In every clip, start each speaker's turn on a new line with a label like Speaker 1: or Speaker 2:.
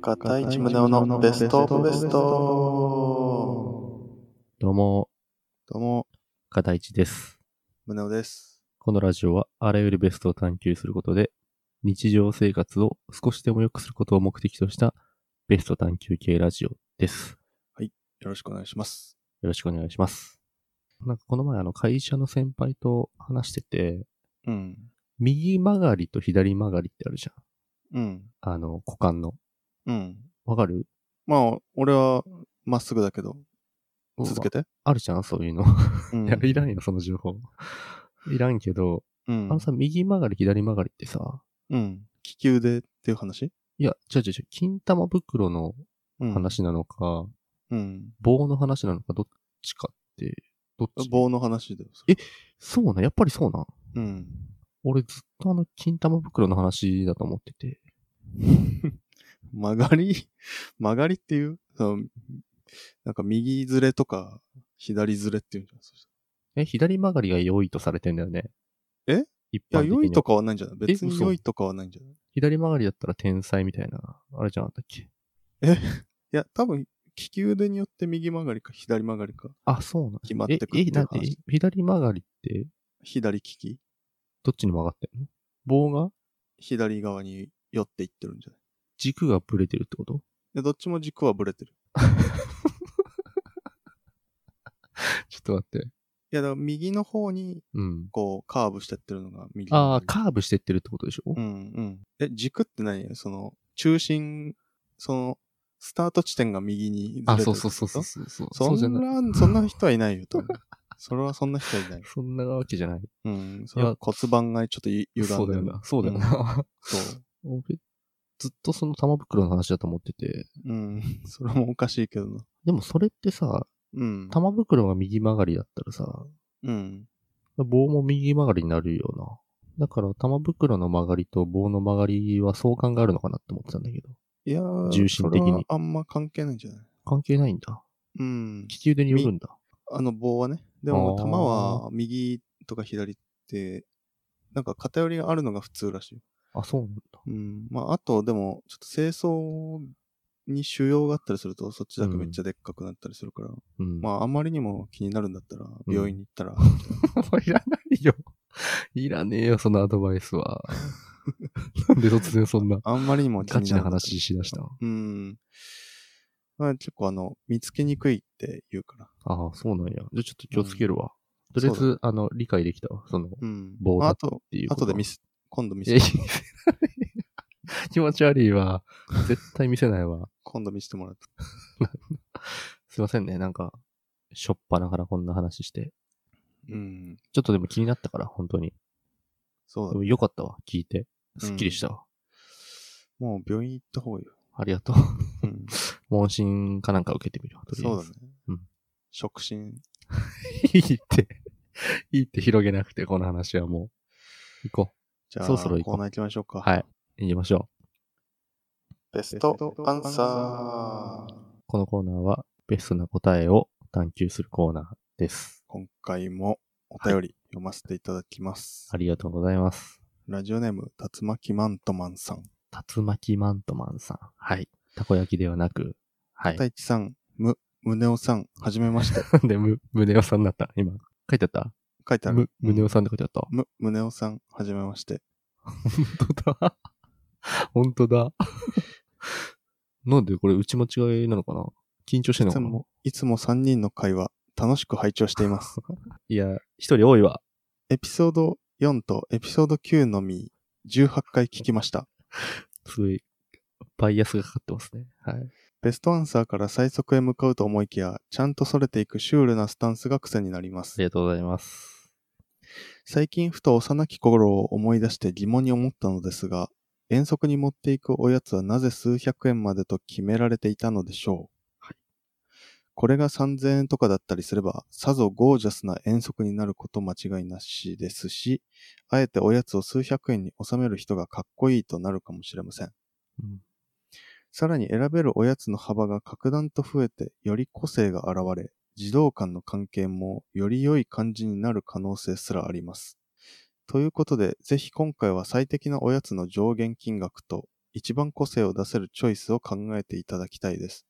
Speaker 1: 片市宗男のベストオブベスト
Speaker 2: どうも、
Speaker 1: どうも、
Speaker 2: 片市です。
Speaker 1: 宗男です。
Speaker 2: このラジオはあらゆるベストを探求することで、日常生活を少しでも良くすることを目的としたベスト探求系ラジオです。
Speaker 1: よろしくお願いします。
Speaker 2: よろしくお願いします。なんかこの前あの会社の先輩と話してて、
Speaker 1: うん。
Speaker 2: 右曲がりと左曲がりってあるじ
Speaker 1: うん。
Speaker 2: ゃん。あの、股間の。
Speaker 1: うん。
Speaker 2: わかる
Speaker 1: まあ、俺は、まっすぐだけど、続け
Speaker 2: て。
Speaker 1: て。
Speaker 2: あるじゃん、そういうの。
Speaker 1: うん
Speaker 2: いや、いらんよ、その情報。いらんけど、
Speaker 1: うん
Speaker 2: あの。さ、右曲がり、左曲がりってさ、
Speaker 1: うん。気球でっていう話
Speaker 2: いや、違う違う違う、金玉袋の
Speaker 1: うん。。
Speaker 2: 話なのか、
Speaker 1: うん。
Speaker 2: 棒の話なのか、どっちかって、どっち
Speaker 1: 棒の話だよ。それ
Speaker 2: えそうなん、やっぱりそうなん。
Speaker 1: うん。
Speaker 2: 俺ずっとあの、金玉袋の話だと思ってて。
Speaker 1: 曲がり、 曲がりっていう、そのなんか右ずれとか、左ずれっていうんじゃない
Speaker 2: え、左曲がりが良いとされてんだよね。
Speaker 1: え
Speaker 2: 一
Speaker 1: いや、
Speaker 2: 般的には。
Speaker 1: 良いとかはないんじゃない別に
Speaker 2: 嘘
Speaker 1: 良いとかはないんじゃない
Speaker 2: 左曲がりだったら天才みたいな、あれじゃなかったっけ
Speaker 1: いや、多分、利き腕によって右曲がりか左曲がりか、
Speaker 2: あ、そうなん。
Speaker 1: 決まってくるっ
Speaker 2: え、え、
Speaker 1: てい
Speaker 2: な
Speaker 1: うん
Speaker 2: で
Speaker 1: 話、
Speaker 2: 左曲がりって、
Speaker 1: 左利き
Speaker 2: どっちに曲がってんの棒が
Speaker 1: 左側に寄っていってるんじゃない
Speaker 2: 軸がブレてるってこと
Speaker 1: でどっちも軸はブレてる。
Speaker 2: ちょっと待って。
Speaker 1: いや、だから右の方に、
Speaker 2: うん。
Speaker 1: こう、カーブしてってるのが右の
Speaker 2: あ
Speaker 1: 方
Speaker 2: あ、
Speaker 1: に。
Speaker 2: カーブしてってるってことでしょ、
Speaker 1: うんうん。え、軸って何その、中心、その、スタート地点が右にずれてる
Speaker 2: あ、
Speaker 1: ってこ
Speaker 2: そ
Speaker 1: と
Speaker 2: うそうそうそうそうそう。
Speaker 1: そ
Speaker 2: じゃ
Speaker 1: ん
Speaker 2: ない。
Speaker 1: な、そんな人はいないよ、多分。 それはそんな人はいない。
Speaker 2: そんなわけじゃない。
Speaker 1: うん。それはい
Speaker 2: や
Speaker 1: 骨盤がちょっとゆ歪んでる。
Speaker 2: そうだよな。そうだよな。
Speaker 1: そう。
Speaker 2: 俺、ずっとその玉袋の話だと思ってて。
Speaker 1: うん。 それもおかしいけどな。
Speaker 2: でもそれってさ、
Speaker 1: うん。
Speaker 2: 玉袋が右曲がりだったらさ、
Speaker 1: うん。
Speaker 2: 棒も右曲がりになるよな。だから玉袋の曲がりと棒の曲がりは相関があるのかなって思ってたんだけど。
Speaker 1: いやー
Speaker 2: 重心的に
Speaker 1: それはあんま関係ないんじゃない
Speaker 2: 関係ないんだ。
Speaker 1: うん。
Speaker 2: 気球でによるんだ。
Speaker 1: あの棒はね。でも
Speaker 2: あー
Speaker 1: 球は右とか左って、なんか偏りがあるのが普通らしいよ。
Speaker 2: あ、そうなんだ。
Speaker 1: うん。まあ、あと、でも、ちょっと清掃に腫瘍があったりすると、そっちだけめっちゃでっかくなったりするから、
Speaker 2: うん。
Speaker 1: まあ、あまりにも気になるんだったら、
Speaker 2: ん
Speaker 1: 病院に行ったら、
Speaker 2: もういらないよ。いらねえよ、そのアドバイスは。 なんで突然そんな
Speaker 1: あんまりにも気
Speaker 2: ガ
Speaker 1: に
Speaker 2: チ
Speaker 1: な
Speaker 2: な
Speaker 1: るんだったら
Speaker 2: 話しだしたの
Speaker 1: うん。まあ、結構あの、見つけにくいって言うから。
Speaker 2: ああ、そうなんや。じゃあちょっと気をつけるわ。とりあ
Speaker 1: そ
Speaker 2: え
Speaker 1: う
Speaker 2: ず、あの、理解できたわ。その、っ
Speaker 1: うん。
Speaker 2: 棒
Speaker 1: まあ、
Speaker 2: だ
Speaker 1: あと、
Speaker 2: ていうこ
Speaker 1: あ
Speaker 2: と
Speaker 1: と
Speaker 2: は。
Speaker 1: で見せ、今度見
Speaker 2: いや
Speaker 1: せ
Speaker 2: いや、、 見せない。気持ち悪いわ。絶対見せないわ。
Speaker 1: 今度見せてもらうと。
Speaker 2: すいませんね。なんか、しょっぱなからこんな話して。
Speaker 1: うん。
Speaker 2: ちょっとでも気になったから、本当に。
Speaker 1: そう
Speaker 2: で
Speaker 1: だ
Speaker 2: も
Speaker 1: ね。
Speaker 2: よかったわ。聞いて。すっきりしたわ。
Speaker 1: もう病院行った方がいいよ。
Speaker 2: ありがとう。
Speaker 1: うん。
Speaker 2: 問診かなんか受けてみるわ。とりあ
Speaker 1: そ
Speaker 2: え
Speaker 1: う
Speaker 2: ず
Speaker 1: だね。
Speaker 2: うん
Speaker 1: 触診。
Speaker 2: いいって、いいって広げなくて、この話はもう。行こ
Speaker 1: じゃあ、
Speaker 2: そろそろ行こ
Speaker 1: コ
Speaker 2: う
Speaker 1: ーナー行きましょうか。
Speaker 2: う。はい。行きましょう。
Speaker 1: ベストアンサー。
Speaker 2: このコーナーは、ベストな答えを探求するコーナーです。
Speaker 1: 今回もお便り読ませていただきます。
Speaker 2: ありがとうございます。
Speaker 1: ラジオネーム、竜巻マントマンさん。
Speaker 2: 竜巻マントマンさん。はい。たこ焼きではなく、はい。
Speaker 1: 太一さん、む、胸尾さん、はじめま して。
Speaker 2: なんで、む、胸尾さんになった今。書いてあった
Speaker 1: 書いてあ
Speaker 2: む
Speaker 1: る。、
Speaker 2: 胸尾さんって書いてあった。
Speaker 1: む、胸尾さん、はじめまして。
Speaker 2: 本当だ。本当だ。 なんでこれ、打ち間違いなのかな緊張して
Speaker 1: い
Speaker 2: んの
Speaker 1: つ
Speaker 2: かな
Speaker 1: も、いつも3人の会話、楽しく拝聴しています。
Speaker 2: いや、一人多いわ。
Speaker 1: エピソード4とエピソード9のみ、18回聞きました。
Speaker 2: すごい、バイアスがかかってますね。はい。
Speaker 1: ベストアンサーから最速へ向かうと思いきや、ちゃんと逸れていくシュールなスタンスが癖になりま
Speaker 2: あ
Speaker 1: す
Speaker 2: り。がとうございます。
Speaker 1: 最近ふと幼き頃を思い出して疑問に思ったのですが、遠足に持っていくおやつはなぜ数百円までと決められていたのでしょう、これが3000円とかだったりすれば、さぞゴージャスな遠足になること間違いなしですし、あえておやつを数百円に収める人がかっこいいとなるかもしれません。
Speaker 2: うん
Speaker 1: さらに選べるおやつの幅が格段と増えて、より個性が現れ、児童間の関係もより良い感じになる可能性すらあります。ということで、ぜひ今回は最適なおやつの上限金額と一番個性を出せるチョイスを考えていただきたいです。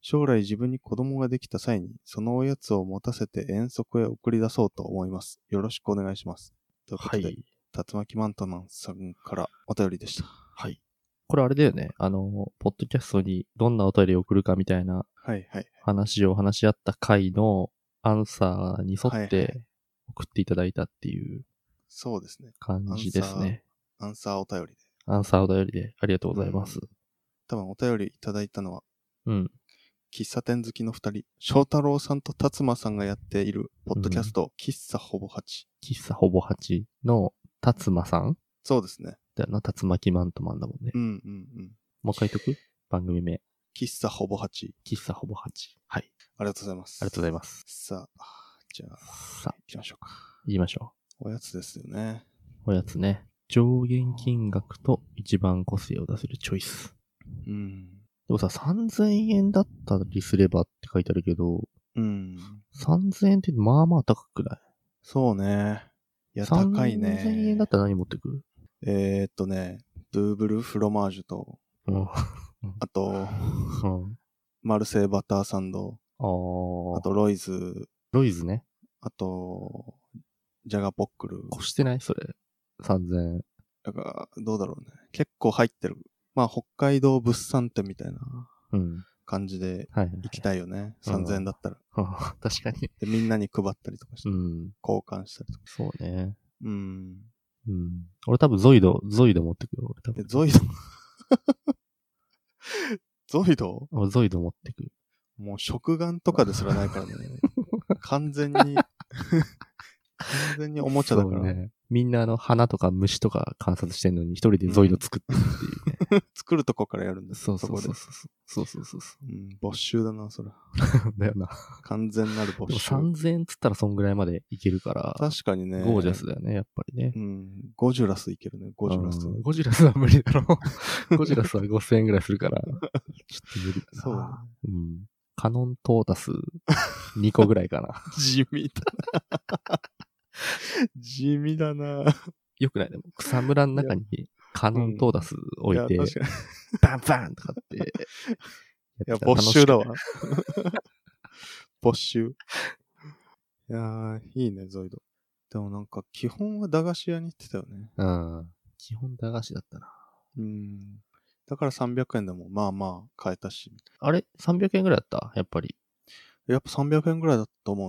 Speaker 1: 将来自分に子供ができた際に、そのおやつを持たせて遠足へ送り出そうと思います。よろしくお願いします。ということで、。竜巻マントマンさんからお便りでした。
Speaker 2: はい。これあれだよね。あの、ポッドキャストにどんなお便りを送るかみたいな
Speaker 1: はいはい。
Speaker 2: 話を話し合った回のアンサーに沿
Speaker 1: はいは
Speaker 2: っ
Speaker 1: い
Speaker 2: て送っていただいたっていう
Speaker 1: そうですね。
Speaker 2: 感じですね。
Speaker 1: アンサーお便りで。
Speaker 2: アンサーお便りでありがとうございます。
Speaker 1: 多分お便りいただいたのは、
Speaker 2: うん。
Speaker 1: 喫茶店好きの二人、翔太郎さんと達馬さんがやっている、ポッドキャスト、喫茶ほぼ8。
Speaker 2: 喫茶ほぼ8の達馬さん
Speaker 1: そうですね。
Speaker 2: だよな。竜巻マントマンだもんね。
Speaker 1: うんうんうん。
Speaker 2: もう一回言っとく番組名。
Speaker 1: 喫茶ほぼ8。あり
Speaker 2: 喫茶ほぼ8。はい。
Speaker 1: がとうございます。
Speaker 2: ありがとうございます。
Speaker 1: さあ、じゃあ、
Speaker 2: さあ、
Speaker 1: 行きましょうか。
Speaker 2: 言いましょ
Speaker 1: おやつですよね。
Speaker 2: う。おやつね。上限金額と一番個性を出せるチョイス。
Speaker 1: うん。
Speaker 2: でもさ、3000円だったりすればって書いてあるけど、
Speaker 1: うん。
Speaker 2: 3000円ってまあまあ高くない
Speaker 1: そうね。いや、高いね。
Speaker 2: 3000円だったら何持ってく
Speaker 1: えー、っとね、ブーブルフロマージュと、
Speaker 2: うん。
Speaker 1: あと、
Speaker 2: うん
Speaker 1: マルセイバターサンド、
Speaker 2: あー
Speaker 1: あとロイズ、
Speaker 2: ロイズね。
Speaker 1: あと、ジャガポックル。
Speaker 2: 越してないそれ。3000円。
Speaker 1: だから、どうだろうね。結構入ってる。まあ、北海道物産展みたいな
Speaker 2: うん。
Speaker 1: 感じで
Speaker 2: はいはいはい。
Speaker 1: 行きたいよね。
Speaker 2: うん
Speaker 1: 3000円だったら。
Speaker 2: あー 確かに。
Speaker 1: で、みんなに配ったりとかして、
Speaker 2: うん。
Speaker 1: 交換したりとか。
Speaker 2: そうね。
Speaker 1: うん。
Speaker 2: うん。俺多分ゾイド、ゾイド持ってくよ。俺多
Speaker 1: え
Speaker 2: 分。
Speaker 1: ゾイド ゾイド
Speaker 2: 俺ゾイド持ってく。
Speaker 1: もう食玩とかですらない からね。完全に、完全におもちゃだから。
Speaker 2: そうね。みんなあの、花とか虫とか観察してんのに一人でゾイド作ってるっていうね。
Speaker 1: 作るとこからやるんです
Speaker 2: そうそうそう
Speaker 1: こ
Speaker 2: そう。そうそうそうそ
Speaker 1: で。うん、没収だな、それ。
Speaker 2: う。だよな。
Speaker 1: 完全なる
Speaker 2: で
Speaker 1: 没
Speaker 2: も
Speaker 1: 収。
Speaker 2: 3000円っつったらそんぐらいまでいけるから、
Speaker 1: 確かにね。
Speaker 2: ゴージャスだよね、やっぱりね
Speaker 1: う。ん、ゴジュラスいけるね、ゴジュラス。
Speaker 2: うんゴジラスは無理だろ。ゴジラスは5000円ぐらいするから、 ちょっと無理だな。
Speaker 1: そうね
Speaker 2: うん。カノントータス2個ぐらい かな。
Speaker 1: 地味だな。 地味だな。
Speaker 2: よくないでも、草むらの中にカノントータス置いて、
Speaker 1: いや確かに。
Speaker 2: バンバンとか って。
Speaker 1: いや、没収だ
Speaker 2: わ。
Speaker 1: わ。 没収。いやー、いいね、ゾイド。でもなんか、基本は駄菓子屋に行ってたよね。
Speaker 2: うん。基本駄菓子だったな。
Speaker 1: うん。だから300円でも、まあまあ、買えたし。
Speaker 2: あれ ?300 円ぐらいだったやっぱり。
Speaker 1: やっぱ300円ぐらいだと思う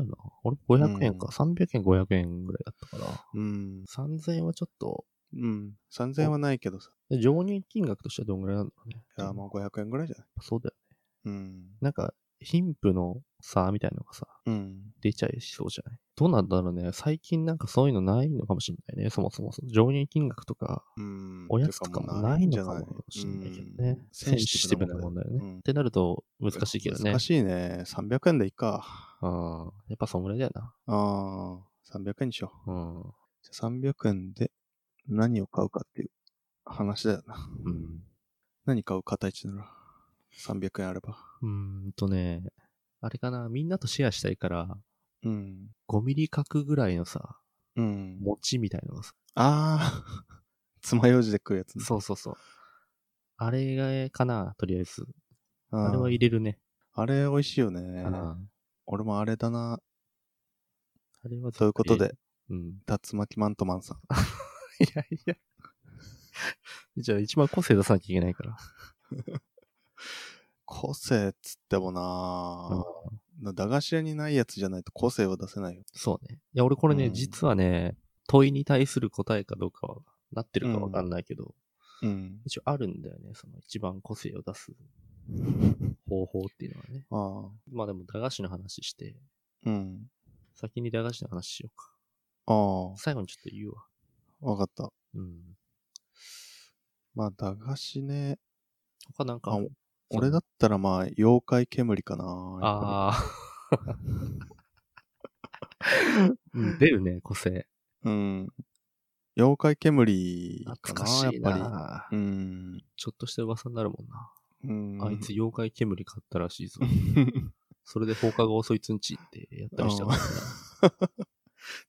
Speaker 1: な。
Speaker 2: だよな。俺500円か。300円、500円ぐらいだったから。
Speaker 1: うん。
Speaker 2: 3000円はちょっと、
Speaker 1: うん。3000円はないけどさ。
Speaker 2: で上限金額としてはどんぐらいなんだろうね。
Speaker 1: いや、まあ500円ぐらいじゃない
Speaker 2: そうだよ。
Speaker 1: うん。
Speaker 2: なんか、貧富の差みたいのがさ、
Speaker 1: うん。
Speaker 2: 出ちゃいそうじゃないどうなんだろうね。最近なんかそういうのないのかもしれないね。そもそもその上限金額とか、
Speaker 1: うん
Speaker 2: おやつとかもないのかもしれないけどね。センシティブな問題だよね。ってなると難しいけどね
Speaker 1: 難。しいね。300円でいいか。
Speaker 2: うん。やっぱそんぐらいだよな。
Speaker 1: ああ、300円にしよう。
Speaker 2: うん。う
Speaker 1: じゃあ300円で何を買うかっていう話だよな。
Speaker 2: ん。
Speaker 1: 何買う形なら。300円あれば。
Speaker 2: うーんとね、あれかな、みんなとシェアしたいから、
Speaker 1: うん。
Speaker 2: 5ミリ角ぐらいのさ、
Speaker 1: うん。
Speaker 2: 餅みたいなのがさ、
Speaker 1: ああ、爪楊枝で食うやつね。
Speaker 2: そうそうそう。あれが、かな、とりあえず。
Speaker 1: うん
Speaker 2: あれは入れるね。
Speaker 1: あれ美味しいよ
Speaker 2: う
Speaker 1: ね
Speaker 2: ん。あ
Speaker 1: 俺もあれだな。
Speaker 2: れは
Speaker 1: ということで、、
Speaker 2: うん。
Speaker 1: 竜巻マントマンさん。
Speaker 2: いやいや。じゃあ一番個性出さなきゃいけないから。
Speaker 1: 個性っつってもなな駄菓子屋にないやつじゃないと個性は出せないよ。
Speaker 2: そうね。いや、俺これね、
Speaker 1: うん
Speaker 2: 実はね、問いに対する答えかどうかは、なってるかわかんないけど、
Speaker 1: うん。
Speaker 2: 一応あるんだよね、その一番個性を出す方法っていうのはね。
Speaker 1: あ
Speaker 2: まあでも、駄菓子の話して、
Speaker 1: あ。うん。
Speaker 2: 先に駄菓子の話しようか。
Speaker 1: ああ。
Speaker 2: 最後にちょっと言うわ。
Speaker 1: わかった。
Speaker 2: うん。
Speaker 1: まあ、駄菓子ね。
Speaker 2: 他なんか
Speaker 1: あ
Speaker 2: ある
Speaker 1: 俺だったらまあ、妖怪煙かな。あ。
Speaker 2: ああ。うん出るね、個性。
Speaker 1: うん。妖怪煙かな
Speaker 2: 懐かしいな。
Speaker 1: やっぱり。うん。
Speaker 2: ちょっとした噂になるもんな。
Speaker 1: うん、
Speaker 2: あいつ妖怪煙買ったら しいぞ。それで放課後遅いつんちってやったりしたからね。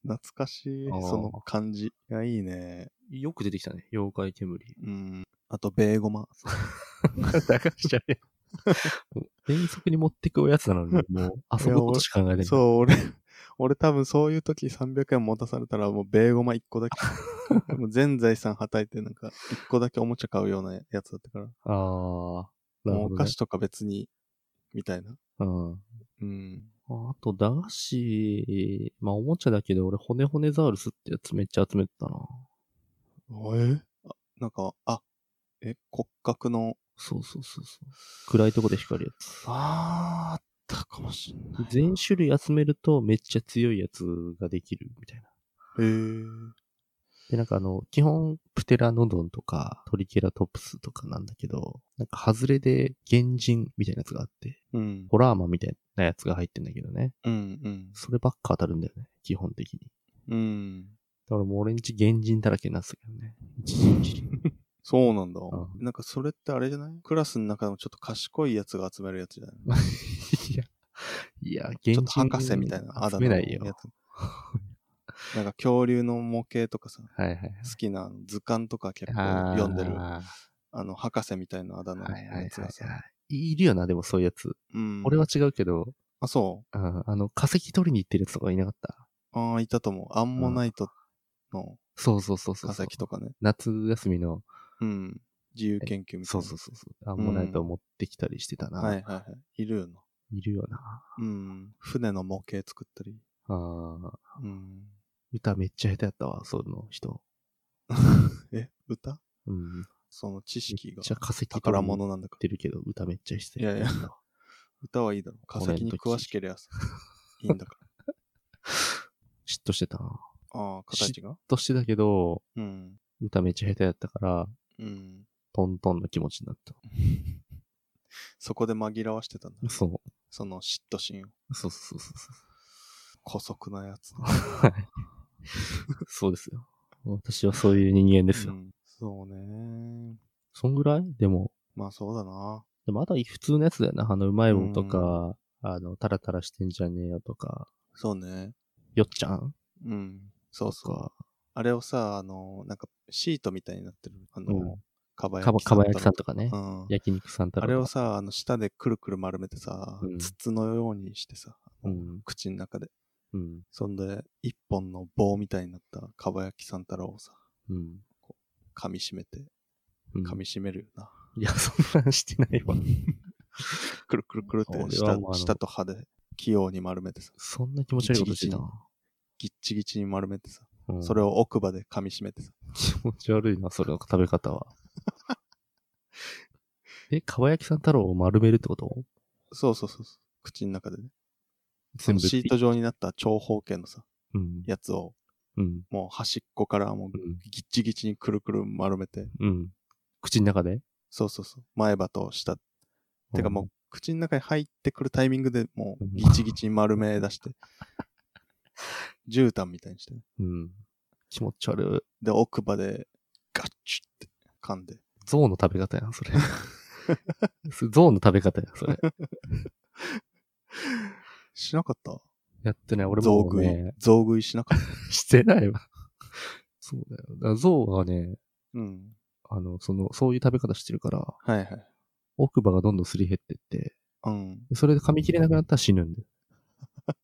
Speaker 1: 懐かしい、
Speaker 2: あー
Speaker 1: その感じ。いや、いいね。
Speaker 2: よく出てきたね、妖怪煙。
Speaker 1: うん。あと、ベーゴマ。
Speaker 2: だからじゃねえ。遠足に持ってくおやつな のに、もう遊ぶことしか考えてない。。
Speaker 1: そうう、俺、 俺多分そういう時300円持たされたらもうベーゴマ1個だ け。もう全財産はたいてなんか1個だけおもちゃ買うようなやつだったから。
Speaker 2: ああ、なる
Speaker 1: もう
Speaker 2: ほ
Speaker 1: お
Speaker 2: ど、ね。
Speaker 1: 菓子とか別に、みたいな。
Speaker 2: うん。
Speaker 1: うん。
Speaker 2: あと、駄菓子、まあ、おもちゃだけど、俺、骨骨ザウルスってやつめっちゃ集めてたな。
Speaker 1: えあなんか、あ、え、骨格の、
Speaker 2: そうそうそうそう。暗いとこで光るやつ。
Speaker 1: あー、あったかもしんない。
Speaker 2: 全種類集めるとめっちゃ強いやつができるみたいな。
Speaker 1: へー。
Speaker 2: で、なんかあの、基本、プテラノドンとか、トリケラトプスとかなんだけど、なんか、外れで、原人みたいなやつがあって、
Speaker 1: うん。
Speaker 2: ホラーマンみたいなやつが入ってんだけどね。
Speaker 1: うん、うん。
Speaker 2: そればっか当たるんだよね、基本的に。
Speaker 1: うん。
Speaker 2: だからもう俺んち原人だらけになってたけどね。一日。
Speaker 1: そうなんだ。
Speaker 2: う
Speaker 1: なんかそれってあれじゃないクラスの中でもちょっと賢いやつが集めるやつじゃない
Speaker 2: いや、 いや、
Speaker 1: ち
Speaker 2: 現
Speaker 1: ょっと博士みたいな。あだ名
Speaker 2: 集め
Speaker 1: の
Speaker 2: な
Speaker 1: や
Speaker 2: いよ。
Speaker 1: つ。なんか恐竜の模型とかさ、
Speaker 2: はいはいはい。
Speaker 1: 好きな図鑑とか結
Speaker 2: あ
Speaker 1: 構
Speaker 2: ー
Speaker 1: 読んでる、あ
Speaker 2: は
Speaker 1: の、博士みたいなあだ
Speaker 2: い
Speaker 1: 名
Speaker 2: はいは
Speaker 1: の
Speaker 2: い
Speaker 1: やつがさ。
Speaker 2: はい。いるよな、でもそういうやつ。
Speaker 1: うん。
Speaker 2: 俺は、違うけど、
Speaker 1: あ、そう。
Speaker 2: うんあの、化石取りに行ってるやつとかいなかった。
Speaker 1: ああ、いたと思う。アンモナイトの
Speaker 2: そうそうそうそう
Speaker 1: 化
Speaker 2: そう。
Speaker 1: 石とかね。
Speaker 2: 夏休みの、
Speaker 1: うん。自由研究みたいな。
Speaker 2: そうそうそうそう。アンモナイトを持ってきたりしてたな。
Speaker 1: はいはいはい。いるよな。
Speaker 2: いるよな。
Speaker 1: うん。船の模型作ったり。
Speaker 2: ああ、
Speaker 1: うん。
Speaker 2: 歌めっちゃ下手やったわ、その人。
Speaker 1: え、歌
Speaker 2: うん。
Speaker 1: その知識
Speaker 2: め
Speaker 1: が
Speaker 2: っちゃ化石取り
Speaker 1: 宝
Speaker 2: に行っ
Speaker 1: 物なんだか
Speaker 2: てるけど、歌めっちゃ下手
Speaker 1: いやいやら。歌はいいだろ。化石に詳しければさ いいんだから。
Speaker 2: 嫉妬してたな。
Speaker 1: ああ、形が
Speaker 2: 嫉妬してたけど、
Speaker 1: うん。
Speaker 2: 歌めっちゃ下手やったから、
Speaker 1: うん。
Speaker 2: トントンの気持ちになった。
Speaker 1: そこで紛らわしてたんだ。
Speaker 2: そ
Speaker 1: その嫉妬心を。
Speaker 2: う。そうそうそうそうそ
Speaker 1: 古速なや つ。
Speaker 2: う。そうですよ。私はそういう人間ですよ。
Speaker 1: うんそうね。
Speaker 2: そんぐらいでも、
Speaker 1: まあそうだな。
Speaker 2: でもあとは普通のやつだよな。あの、うまい棒とか、あの、タラタラしてんじゃねえよとか、
Speaker 1: そうね。
Speaker 2: よっちゃん
Speaker 1: うん。そう
Speaker 2: と
Speaker 1: そう。
Speaker 2: か、
Speaker 1: あれをさ、あの、なんかシートみたいになってる。あ
Speaker 2: う
Speaker 1: の
Speaker 2: ん、
Speaker 1: かば
Speaker 2: かば、かば焼きさん
Speaker 1: と
Speaker 2: とかね。
Speaker 1: かうん。
Speaker 2: 焼肉さんとか。
Speaker 1: あれをさ、あの、舌でくるくる丸めてさ
Speaker 2: うん、
Speaker 1: 筒のようにしてさ、
Speaker 2: うん、
Speaker 1: 口の中で。
Speaker 2: うん、
Speaker 1: そんで、一本の棒みたいになったかば焼き三太郎をさ、
Speaker 2: うん。
Speaker 1: 噛み締めて、
Speaker 2: うん
Speaker 1: 噛み締めるよな。
Speaker 2: いや、そんなんしてないわ。
Speaker 1: くるくるくるって
Speaker 2: それは
Speaker 1: 舌
Speaker 2: もうあの
Speaker 1: 舌と歯で器用に丸めてさ、
Speaker 2: そんな気持ち悪いことしてたな。
Speaker 1: ぎっちぎちに丸めてさ、
Speaker 2: うん
Speaker 1: それを奥歯で噛み締めてさ、
Speaker 2: 気持ち悪いな、それの食べ方 は。え、かば焼きさん太郎を丸めるってこと
Speaker 1: そうそうそうそう、口の中でね。そ
Speaker 2: 全
Speaker 1: の
Speaker 2: 部。
Speaker 1: シート状になった長方形のさ、
Speaker 2: うん。
Speaker 1: やつを、
Speaker 2: うん。
Speaker 1: もう端っこからもう
Speaker 2: うん。
Speaker 1: ぎっちぎちにくるくる丸めて、
Speaker 2: うん。口の中で
Speaker 1: そうそうそう、前歯と舌。てかもう、
Speaker 2: ん
Speaker 1: 口の中に入ってくるタイミングでもう
Speaker 2: うん
Speaker 1: ギチギチに丸め出 して、絨毯みたいにしてね。
Speaker 2: うん。気持ち悪い。
Speaker 1: で、奥歯でガッチュって噛んで。
Speaker 2: 象の食べ方やん、そ れ。それ象の食べ方やん、そ れ。
Speaker 1: しなかった
Speaker 2: やってない、俺
Speaker 1: 象
Speaker 2: ももう
Speaker 1: 食い
Speaker 2: ね。、
Speaker 1: 象食いしなかった。
Speaker 2: してないわ。そうだよ。だから象はね、
Speaker 1: うん。
Speaker 2: あの、その、そういう食べ方してるから、
Speaker 1: はいはい。
Speaker 2: 奥歯がどんどんすり減ってって、
Speaker 1: うん。
Speaker 2: それで噛み切れなくなったら死ぬ んだよ。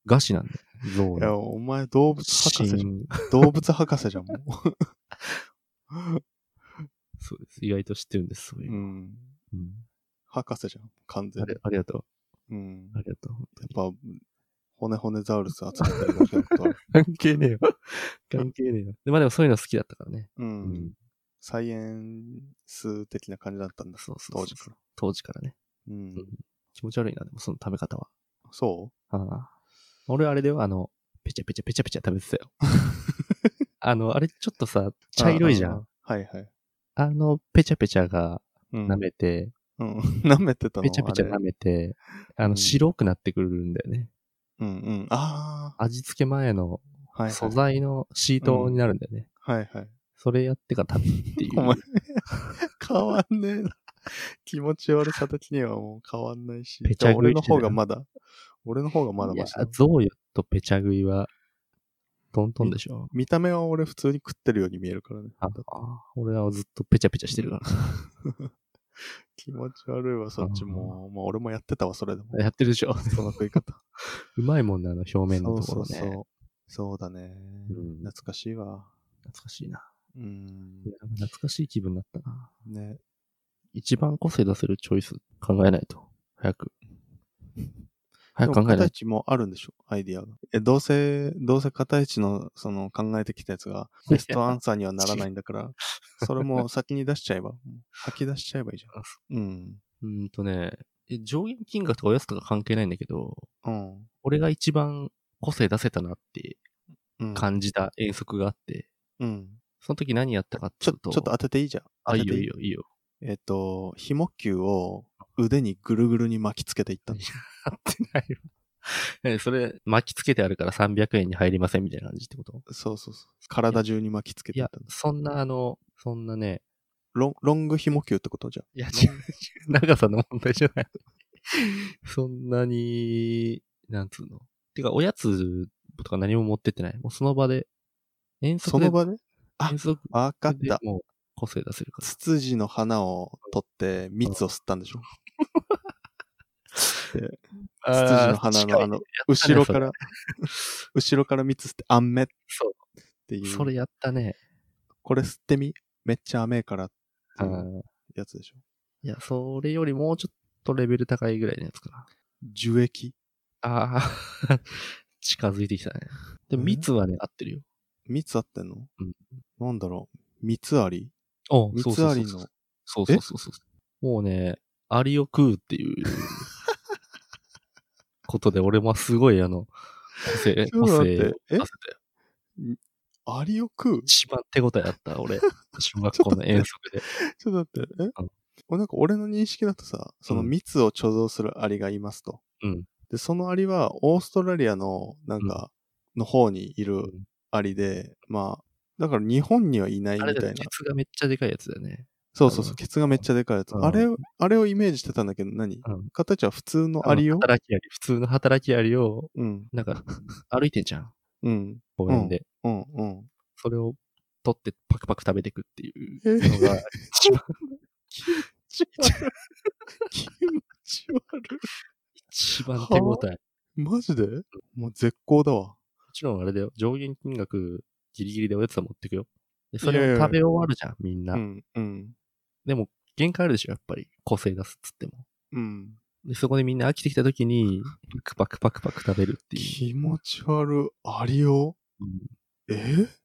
Speaker 2: 餓死なんだよ。象
Speaker 1: いや、
Speaker 2: は。
Speaker 1: お前動物博士じゃん。
Speaker 2: ん。
Speaker 1: 動物博士じゃん、もう。
Speaker 2: そうです。意外と知ってるんです、そういうう。
Speaker 1: ん。
Speaker 2: うん
Speaker 1: 博士じゃん、完全
Speaker 2: あ
Speaker 1: に
Speaker 2: れ。ありがと
Speaker 1: うん
Speaker 2: う。。ありがとう。
Speaker 1: やっぱ、骨骨ザウルス集めてるだけのことある。
Speaker 2: 関係ねえよ。関係ねえよ。でまあでもそういうの好きだったからね。
Speaker 1: う。。
Speaker 2: うん
Speaker 1: サイエンス的な感じだったんだ。
Speaker 2: そうそ
Speaker 1: 当
Speaker 2: うそう
Speaker 1: 時から。
Speaker 2: 当時からね。
Speaker 1: うん。
Speaker 2: 気持ち悪いな、でもその食べ方は。
Speaker 1: そ
Speaker 2: ああ俺あれでは、あの、ペチャペチャペチャペチャ食べて たよ。あの、あれちょっとさ、
Speaker 1: う
Speaker 2: 茶色いじゃ
Speaker 1: あ
Speaker 2: ん。
Speaker 1: あはいはい。
Speaker 2: あの、ペチャペチャが
Speaker 1: うん
Speaker 2: 舐めて、
Speaker 1: うん。 舐めてたの
Speaker 2: ペチャペチャ
Speaker 1: あ
Speaker 2: 舐
Speaker 1: れ
Speaker 2: めて、あ
Speaker 1: う
Speaker 2: の、
Speaker 1: ん
Speaker 2: 白くなってくるんだよね。
Speaker 1: うんうん。あ
Speaker 2: 味付け前の
Speaker 1: あ。はい、はい。
Speaker 2: 素材のシートになるんだよね。
Speaker 1: はいはい。
Speaker 2: それやってから食べるっ ていう。
Speaker 1: お前、変わんねえな。 気持ち悪さ的にはもう変わんないし。
Speaker 2: ぺちゃ食
Speaker 1: 俺
Speaker 2: いしてる
Speaker 1: の方がまだ、俺の方がまだまし
Speaker 2: いや
Speaker 1: だ。
Speaker 2: ゾウヨとペチャ食いは、トントンでしょ。
Speaker 1: 見た目は俺普通に食ってるように見えるからね。
Speaker 2: あ
Speaker 1: だって
Speaker 2: あ俺はずっとペチャペチャしてるから。
Speaker 1: 気持ち悪いわ、そっちも。まあ俺もやってたわ、そ れでも。
Speaker 2: やってるでしょ。
Speaker 1: その食い方。
Speaker 2: うまいもんね、あの表面のとこ
Speaker 1: そ
Speaker 2: ろね。
Speaker 1: うそうそう。そうだね。
Speaker 2: うん
Speaker 1: 懐かしいわ。
Speaker 2: 懐かしいな。
Speaker 1: うん
Speaker 2: い。や懐かしい気分になったな。
Speaker 1: ね。
Speaker 2: 一番個性出せるチョイス考えないと。早く。早く
Speaker 1: で
Speaker 2: 考え
Speaker 1: も
Speaker 2: な
Speaker 1: 片
Speaker 2: い。
Speaker 1: 市もあるんでしょアイディアが。え、どうせ、どうせ片市の、その、考えてきたやつが、ベストアンサーにはならないんだ から、それも先に出しちゃえば、吐き出しちゃえばいいじゃん。うん。
Speaker 2: うーんとね、え上限金額とかお安くとか関係ないんだけど、
Speaker 1: うん。
Speaker 2: 俺が一番個性出せたなって
Speaker 1: うん。
Speaker 2: 感じた遠足があって、
Speaker 1: うん。
Speaker 2: その時何やったかって
Speaker 1: ち
Speaker 2: い
Speaker 1: ょ、
Speaker 2: う
Speaker 1: ちょっと当てていいじゃん。
Speaker 2: あ、
Speaker 1: 当
Speaker 2: い
Speaker 1: て
Speaker 2: い
Speaker 1: て
Speaker 2: よいいよいいよ。
Speaker 1: えっと、紐球を腕にぐるぐるに巻きつけていったんです。
Speaker 2: 合ってないわ。えそれ、巻きつけてあるから300円に入りませんみたいな感じってこと
Speaker 1: そうそうそう。体中に巻きつけ
Speaker 2: い
Speaker 1: ていっ
Speaker 2: や
Speaker 1: たんで、す。
Speaker 2: そんなあの、そんなね、
Speaker 1: ロンロング紐球ってことじゃん。
Speaker 2: いや、違う、違う 長さの問題じゃない。 そんなに、なんつうの。てか、おやつとか何も持ってってない。もうその場で、遠
Speaker 1: そ
Speaker 2: 足で、
Speaker 1: の場であ
Speaker 2: 遠足
Speaker 1: わかっ
Speaker 2: で
Speaker 1: た。
Speaker 2: もう個性出せるから。
Speaker 1: ツツジの花を取って蜜を吸ったんでしょツツジの花のあの、後ろ から、後ろから蜜吸って、あんめっ
Speaker 2: そ。
Speaker 1: ていうう。
Speaker 2: それやったね。
Speaker 1: これ吸ってみめっちゃ甘えからって
Speaker 2: う。
Speaker 1: いうんやつでしょ。
Speaker 2: いや、それよりもうちょっとレベル高いぐらいのやつかな。
Speaker 1: 樹液
Speaker 2: ああ、 近づいてきたね。でも
Speaker 1: え
Speaker 2: 蜜はね、合ってるよ。
Speaker 1: 蜜あってんの
Speaker 2: うん
Speaker 1: なんだろう蜜あり
Speaker 2: お
Speaker 1: 蜜ありの。
Speaker 2: そうそうそうそう。もうね、アリを食うって いうことで、俺もすごいあの、個性、
Speaker 1: ちょっ
Speaker 2: 個
Speaker 1: と待
Speaker 2: 性
Speaker 1: ってえ
Speaker 2: 出せたよ。
Speaker 1: アリを食う
Speaker 2: 一番手応えあった、俺。小学校の遠足で。
Speaker 1: ちょっと待って、え、
Speaker 2: うん
Speaker 1: おなんか俺の認識だとさ、その
Speaker 2: うん
Speaker 1: 蜜を貯蔵するアリがいますと。
Speaker 2: うん
Speaker 1: で、そのアリはオーストラリアの、なんか、の方にいる
Speaker 2: ん
Speaker 1: アリで、まあ、だから日本にはい ないみ
Speaker 2: あ
Speaker 1: た
Speaker 2: れ
Speaker 1: い
Speaker 2: だよ
Speaker 1: な
Speaker 2: ね、。ケツがめっちゃでかいやつだよね。
Speaker 1: そうそう
Speaker 2: あ
Speaker 1: そう、
Speaker 2: の
Speaker 1: ケツがめっちゃでかいやつ。
Speaker 2: うん
Speaker 1: あれ、あれをイメージしてたんだけど何、
Speaker 2: うん
Speaker 1: 形は普通のアリを
Speaker 2: あの働きアリ、普通の働きアリを、
Speaker 1: うん、
Speaker 2: な んか、歩いてんじゃん。
Speaker 1: うん、
Speaker 2: 公園で。
Speaker 1: うん、うん。
Speaker 2: それを取ってパクパク食べてくっていう
Speaker 1: え
Speaker 2: のが、一番、
Speaker 1: 気持 ち悪い。気持ち悪い。
Speaker 2: 一番手応え。も
Speaker 1: マジでもう絶好だわ。
Speaker 2: ちろんあれだよ、上限金額ギリギリでおやつは持ってくよ。で、
Speaker 1: いや
Speaker 2: そ
Speaker 1: いやいや
Speaker 2: れを食べ終わるじゃん、みんな。
Speaker 1: うん、うん、
Speaker 2: でも、限界あるでしょ、やっぱり。個性出すっつっても。
Speaker 1: うん。
Speaker 2: で、そこでみんな飽きてきた時に、クパクパクパク食べるっていう。
Speaker 1: 気持ち悪い。アリを
Speaker 2: うん
Speaker 1: え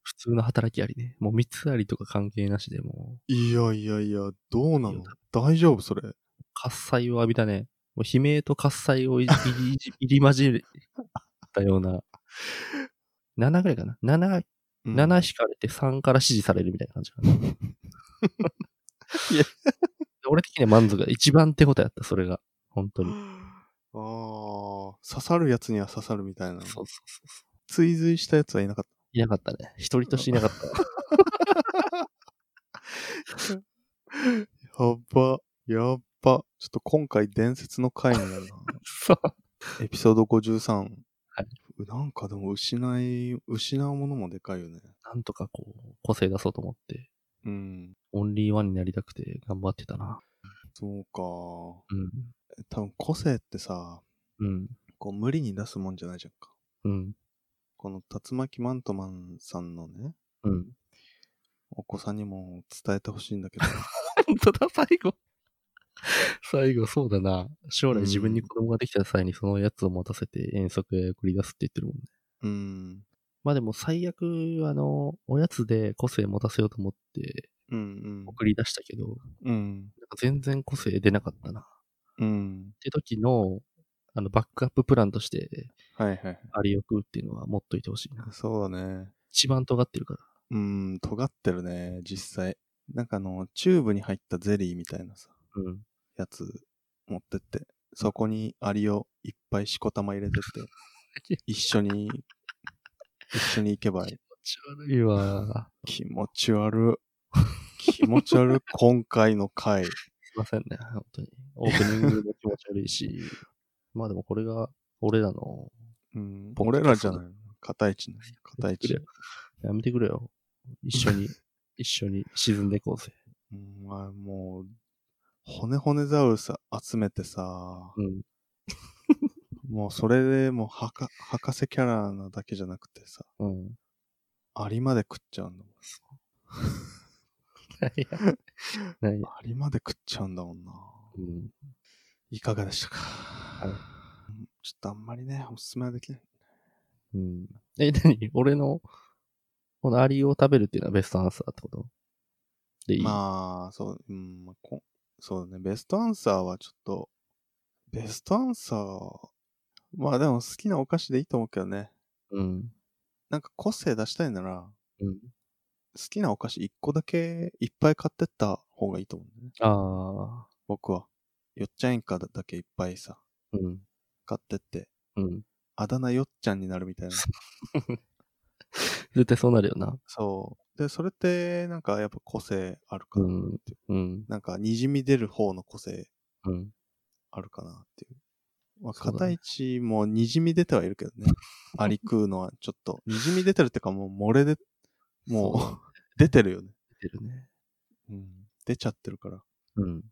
Speaker 2: 普通の働きありね。もう三つありとか関係なしでもう、
Speaker 1: いやいやいや、どうない
Speaker 2: い
Speaker 1: の
Speaker 2: よ
Speaker 1: 大丈夫それ。
Speaker 2: 喝采を浴びたね。もう悲鳴と喝采をいじいじ入り混じったような。7ぐらいかな。7、
Speaker 1: うん
Speaker 2: 7引かれて3から指示されるみたいな感じかな。
Speaker 1: や
Speaker 2: で俺的には満足が一番手応えだった、それが。本当に。
Speaker 1: あー刺さるやつには刺さるみたいな。
Speaker 2: そうそうそうそう。
Speaker 1: 追随したやつはいなかっ
Speaker 2: いなかったね。一人としていなかった。
Speaker 1: た。やっば、やっば。ちょっと今回伝説の回になるな。
Speaker 2: そう。
Speaker 1: エピソード53。はいなんかでも失い、失うものもでかいよね。
Speaker 2: なんとかこう、個性出そうと思って、
Speaker 1: うん。
Speaker 2: オンリーワンになりたくて頑張ってたな。
Speaker 1: そうか。
Speaker 2: うん。
Speaker 1: 多分個性ってさ、
Speaker 2: うん。
Speaker 1: こう無理に出すもんじゃないじゃんか。
Speaker 2: うん。
Speaker 1: この竜巻マントマンさんのね、
Speaker 2: うん。
Speaker 1: お子さんにも伝えてほしいんだけど、
Speaker 2: 本当だ、最 後。最後、そうだな。将来自分に子供ができた際にそのやつを持たせて遠足へ送り出すって言ってるもんね。
Speaker 1: うん、
Speaker 2: まあでも最悪、あの、おやつで個性持たせようと思って
Speaker 1: うん、
Speaker 2: 送り出したけど、なんか
Speaker 1: うん、うん、
Speaker 2: 全然個性出なかったな。っ
Speaker 1: うん。
Speaker 2: て時の、あの、バックアッププランとして、
Speaker 1: はいはい。
Speaker 2: アリを食うっていうのは持っといてほしいな。
Speaker 1: そうだね。
Speaker 2: 一番尖ってるから。
Speaker 1: うん、尖ってるね、実際。なんかあの、チューブに入ったゼリーみたいなさ、
Speaker 2: うん。
Speaker 1: やつ持ってって、そこにアリをいっぱいしこたま入れてって、一緒に、一緒に行けば いい。
Speaker 2: 気持ち悪いわ。
Speaker 1: 気持ち悪 い。気持ち悪い。今回の回。
Speaker 2: すいませんね、本当に。オープニングも気持ち悪いし。まあでもこれが、俺らの、
Speaker 1: うん、
Speaker 2: ポッ
Speaker 1: 俺
Speaker 2: ドキ
Speaker 1: ら
Speaker 2: ャス
Speaker 1: じ
Speaker 2: ト
Speaker 1: ゃないの。片市の。大地。
Speaker 2: やめてくれよ。一緒に、 一緒に沈んでいこうぜ。
Speaker 1: うん、まあもう、骨骨ザウルス集めてさ、
Speaker 2: うん。
Speaker 1: もうそれでもう博博士キャラなだけじゃなくてさ、
Speaker 2: うん。
Speaker 1: アリまで食っちゃうんだも
Speaker 2: いやない
Speaker 1: ん。アリまで食っちゃうんだもんな。
Speaker 2: うん。
Speaker 1: いかがでしたか、
Speaker 2: い
Speaker 1: うんちょっとあんまりね、おすすめはできない。
Speaker 2: うん。え、何 俺の、このアリを食べるっていうのはベストアンサーってことでいい、
Speaker 1: まあ、そう、うん、まあこそうだね、ベストアンサーはちょっと、ベストアンサー、まあでも好きなお菓子でいいと思うけどね。
Speaker 2: うん。
Speaker 1: なんか個性出したいなら、
Speaker 2: うん。
Speaker 1: 好きなお菓子1個だけいっぱい買ってった方がいいと思うんだよね。
Speaker 2: ああ。
Speaker 1: 僕は。よっちゃんインカだけいっぱいさ、
Speaker 2: うん。
Speaker 1: 買ってって、
Speaker 2: うん。
Speaker 1: あだ名よっちゃんになるみたいな。
Speaker 2: 絶対そうなるよな。
Speaker 1: そう。で、それって、なんかやっぱ個性あるか
Speaker 2: う
Speaker 1: な。
Speaker 2: ん。うん。
Speaker 1: なんか滲み出る方の個性
Speaker 2: うん。
Speaker 1: あるかなっていう。まあ、
Speaker 2: そうだね
Speaker 1: 片一も滲み出てはいるけどね。 アリ食うのはちょっと、滲み出てるってかもう漏れで、もう 出てるよね。
Speaker 2: 出てるね。
Speaker 1: うん。出ちゃってるから。
Speaker 2: うん。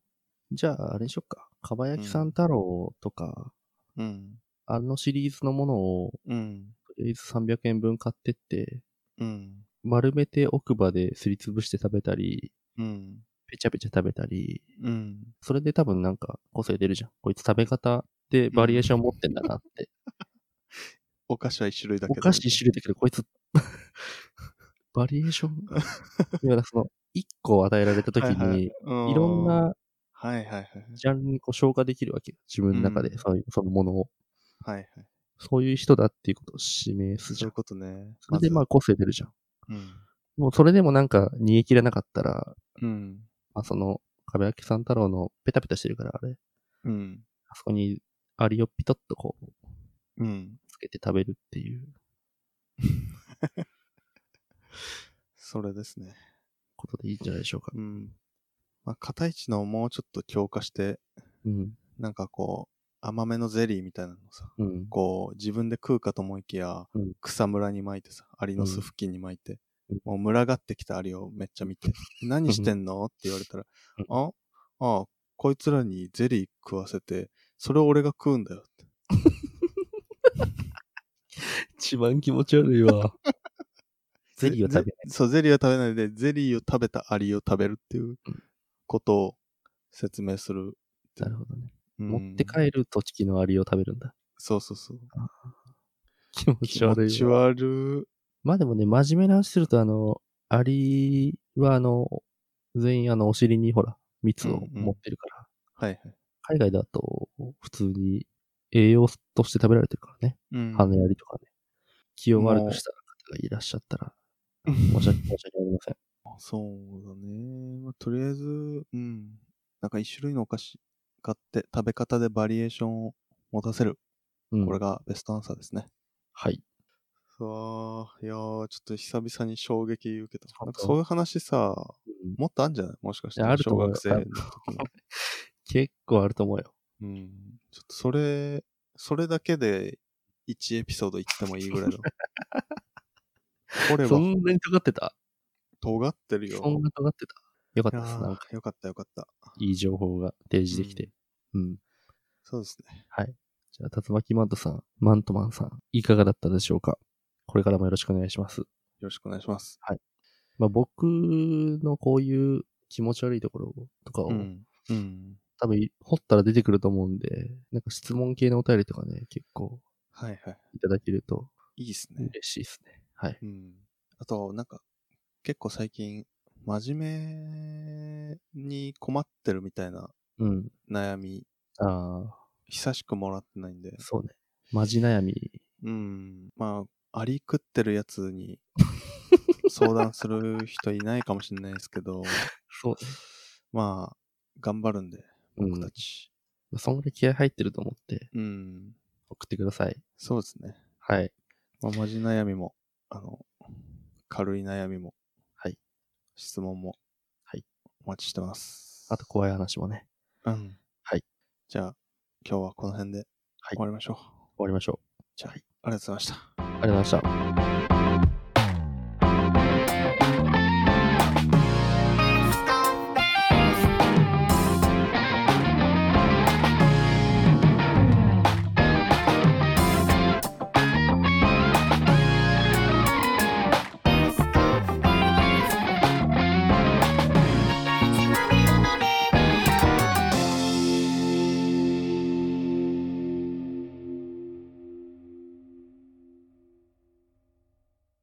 Speaker 2: じゃあ、あれにしよっか。かばやきさん太郎とか、
Speaker 1: うん。
Speaker 2: あのシリーズのものを、
Speaker 1: うん。
Speaker 2: とりあえず300円分買ってって、
Speaker 1: うん。
Speaker 2: 丸めて奥歯ですりつぶして食べたり、
Speaker 1: うん。
Speaker 2: ぺちゃぺちゃ食べたり、
Speaker 1: うん。
Speaker 2: それで多分なんか個性出るじゃん。こいつ食べ方でバリエーション持ってんだなって。
Speaker 1: お菓子は一種類だけ
Speaker 2: お
Speaker 1: ど
Speaker 2: 菓子一種類だけど、こいつ、 バリエー ションいや、その、一個与えられた時に、
Speaker 1: はい
Speaker 2: い
Speaker 1: い
Speaker 2: ろん。な
Speaker 1: はいはいはい。
Speaker 2: ジャンルにこう消化できるわけよ。自分の中で、
Speaker 1: うん
Speaker 2: そういう、そのものを。
Speaker 1: はいはい。
Speaker 2: そういう人だっていうことを示すじ
Speaker 1: そう
Speaker 2: ゃ。
Speaker 1: いうんことね。
Speaker 2: それでまあ
Speaker 1: ず
Speaker 2: 個性出るじゃん。
Speaker 1: うん。
Speaker 2: もうそれでもなんか煮え切らなかったら、
Speaker 1: うん。
Speaker 2: まあその、壁明さん太郎のペタペタしてるからあれ、
Speaker 1: うん。
Speaker 2: あそこにアリをピトッとこう、
Speaker 1: うん。
Speaker 2: つけて食べるっていう
Speaker 1: それですね。
Speaker 2: ことでいいんじゃないでしょうか。
Speaker 1: うん。まあ、片一のもうちょっと強化して、
Speaker 2: うん。
Speaker 1: なんかこう、甘めのゼリーみたいなのさ、
Speaker 2: うん。
Speaker 1: こう、自分で食うかと思いきや、
Speaker 2: うん
Speaker 1: 草むらに巻いてさ、アリの巣付近に巻いて、
Speaker 2: うん
Speaker 1: もう群がってきたアリをめっちゃ見 て、何してんのって言われたら、
Speaker 2: うん
Speaker 1: あああ、こいつらにゼリー食わせて、それを俺が食うんだよって。
Speaker 2: 一番気持ち悪いわ。 ゼリーを食べない。
Speaker 1: ゼそう、ゼリーを食べないで、ゼリーを食べたアリを食べるっていうことを説明する。
Speaker 2: なるほどね。
Speaker 1: うん
Speaker 2: 持って帰る栃木のアリを食べるんだ。
Speaker 1: そうそうそう。
Speaker 2: 気持ち悪いわ。
Speaker 1: 気持ち悪
Speaker 2: まあでもね、真面目な話すると、あの、アリはあの、全員あの、お尻にほら、蜜を持ってるから、
Speaker 1: い。はいはい。
Speaker 2: 海外だと、普通に栄養として食べられてるからね。
Speaker 1: うん
Speaker 2: 羽アリとかね。気を悪くした方がいらっしゃったら、申し訳申し訳ありません。
Speaker 1: そうだね。まあ、とりあえず、うん。なんか一種類のお菓子買って、食べ方でバリエーションを持たせる。
Speaker 2: うん、
Speaker 1: これがベストアンサーですね。
Speaker 2: はい。
Speaker 1: そういやー、ちょっと久々に衝撃受けた。
Speaker 2: 本当
Speaker 1: なんかそういう話さ、
Speaker 2: うん
Speaker 1: もっとあんじゃないもしかして。
Speaker 2: いやあると
Speaker 1: 小
Speaker 2: 思うよ
Speaker 1: 学生の時の。
Speaker 2: 結構あると思うよ。
Speaker 1: うん。ちょっとそれ、それだけで1エピソードいってもいいぐ らいの。これ
Speaker 2: そ
Speaker 1: は
Speaker 2: んなに尖ってた
Speaker 1: 尖ってるよ。
Speaker 2: そんな尖ってたよかっ
Speaker 1: い
Speaker 2: た
Speaker 1: や
Speaker 2: です。なんか、
Speaker 1: ーよかったよかった。
Speaker 2: いい情報が提示できて。うん。
Speaker 1: そうですね。
Speaker 2: じゃあ、竜巻マントさん、マントマンさん、いかがだったでしょうかこれからもよろしくお願いします。
Speaker 1: よろしくお願いします。
Speaker 2: まあ、僕のこういう気持ち悪いところとかを、
Speaker 1: うん。うん。
Speaker 2: 多分、掘ったら出てくると思うんで、なんか質問系のお便りとかね、結構
Speaker 1: はいはい。
Speaker 2: いただけると
Speaker 1: いいですね
Speaker 2: 嬉。しいですね。はい。
Speaker 1: うん。あと、なんか、結構最近、真面目に困ってるみたいな
Speaker 2: うん。
Speaker 1: 悩み、
Speaker 2: ああ、
Speaker 1: 久しくもらってないんで。
Speaker 2: そうね。マジ悩み。
Speaker 1: うん。まあ、アリ食ってるやつに相談する人いないかもしれないですけど、
Speaker 2: そう
Speaker 1: まあ、頑張るんで、
Speaker 2: うん。
Speaker 1: 僕
Speaker 2: ま
Speaker 1: たち。
Speaker 2: あそんぐらい気合入ってると思って
Speaker 1: うん。
Speaker 2: 送ってください。
Speaker 1: そうですね。
Speaker 2: はい。
Speaker 1: まあ、マジ悩みも、あの、軽い悩みも、
Speaker 2: はい。
Speaker 1: 質問も、
Speaker 2: はい。
Speaker 1: お待ちしてます。
Speaker 2: あと怖い話もね、
Speaker 1: うん。
Speaker 2: はい。
Speaker 1: じゃあ、今日はこの辺で
Speaker 2: はい
Speaker 1: 終わりましょう。
Speaker 2: 終わりましょう。
Speaker 1: じゃあ、ありがとうございました。
Speaker 2: ありがとうございました。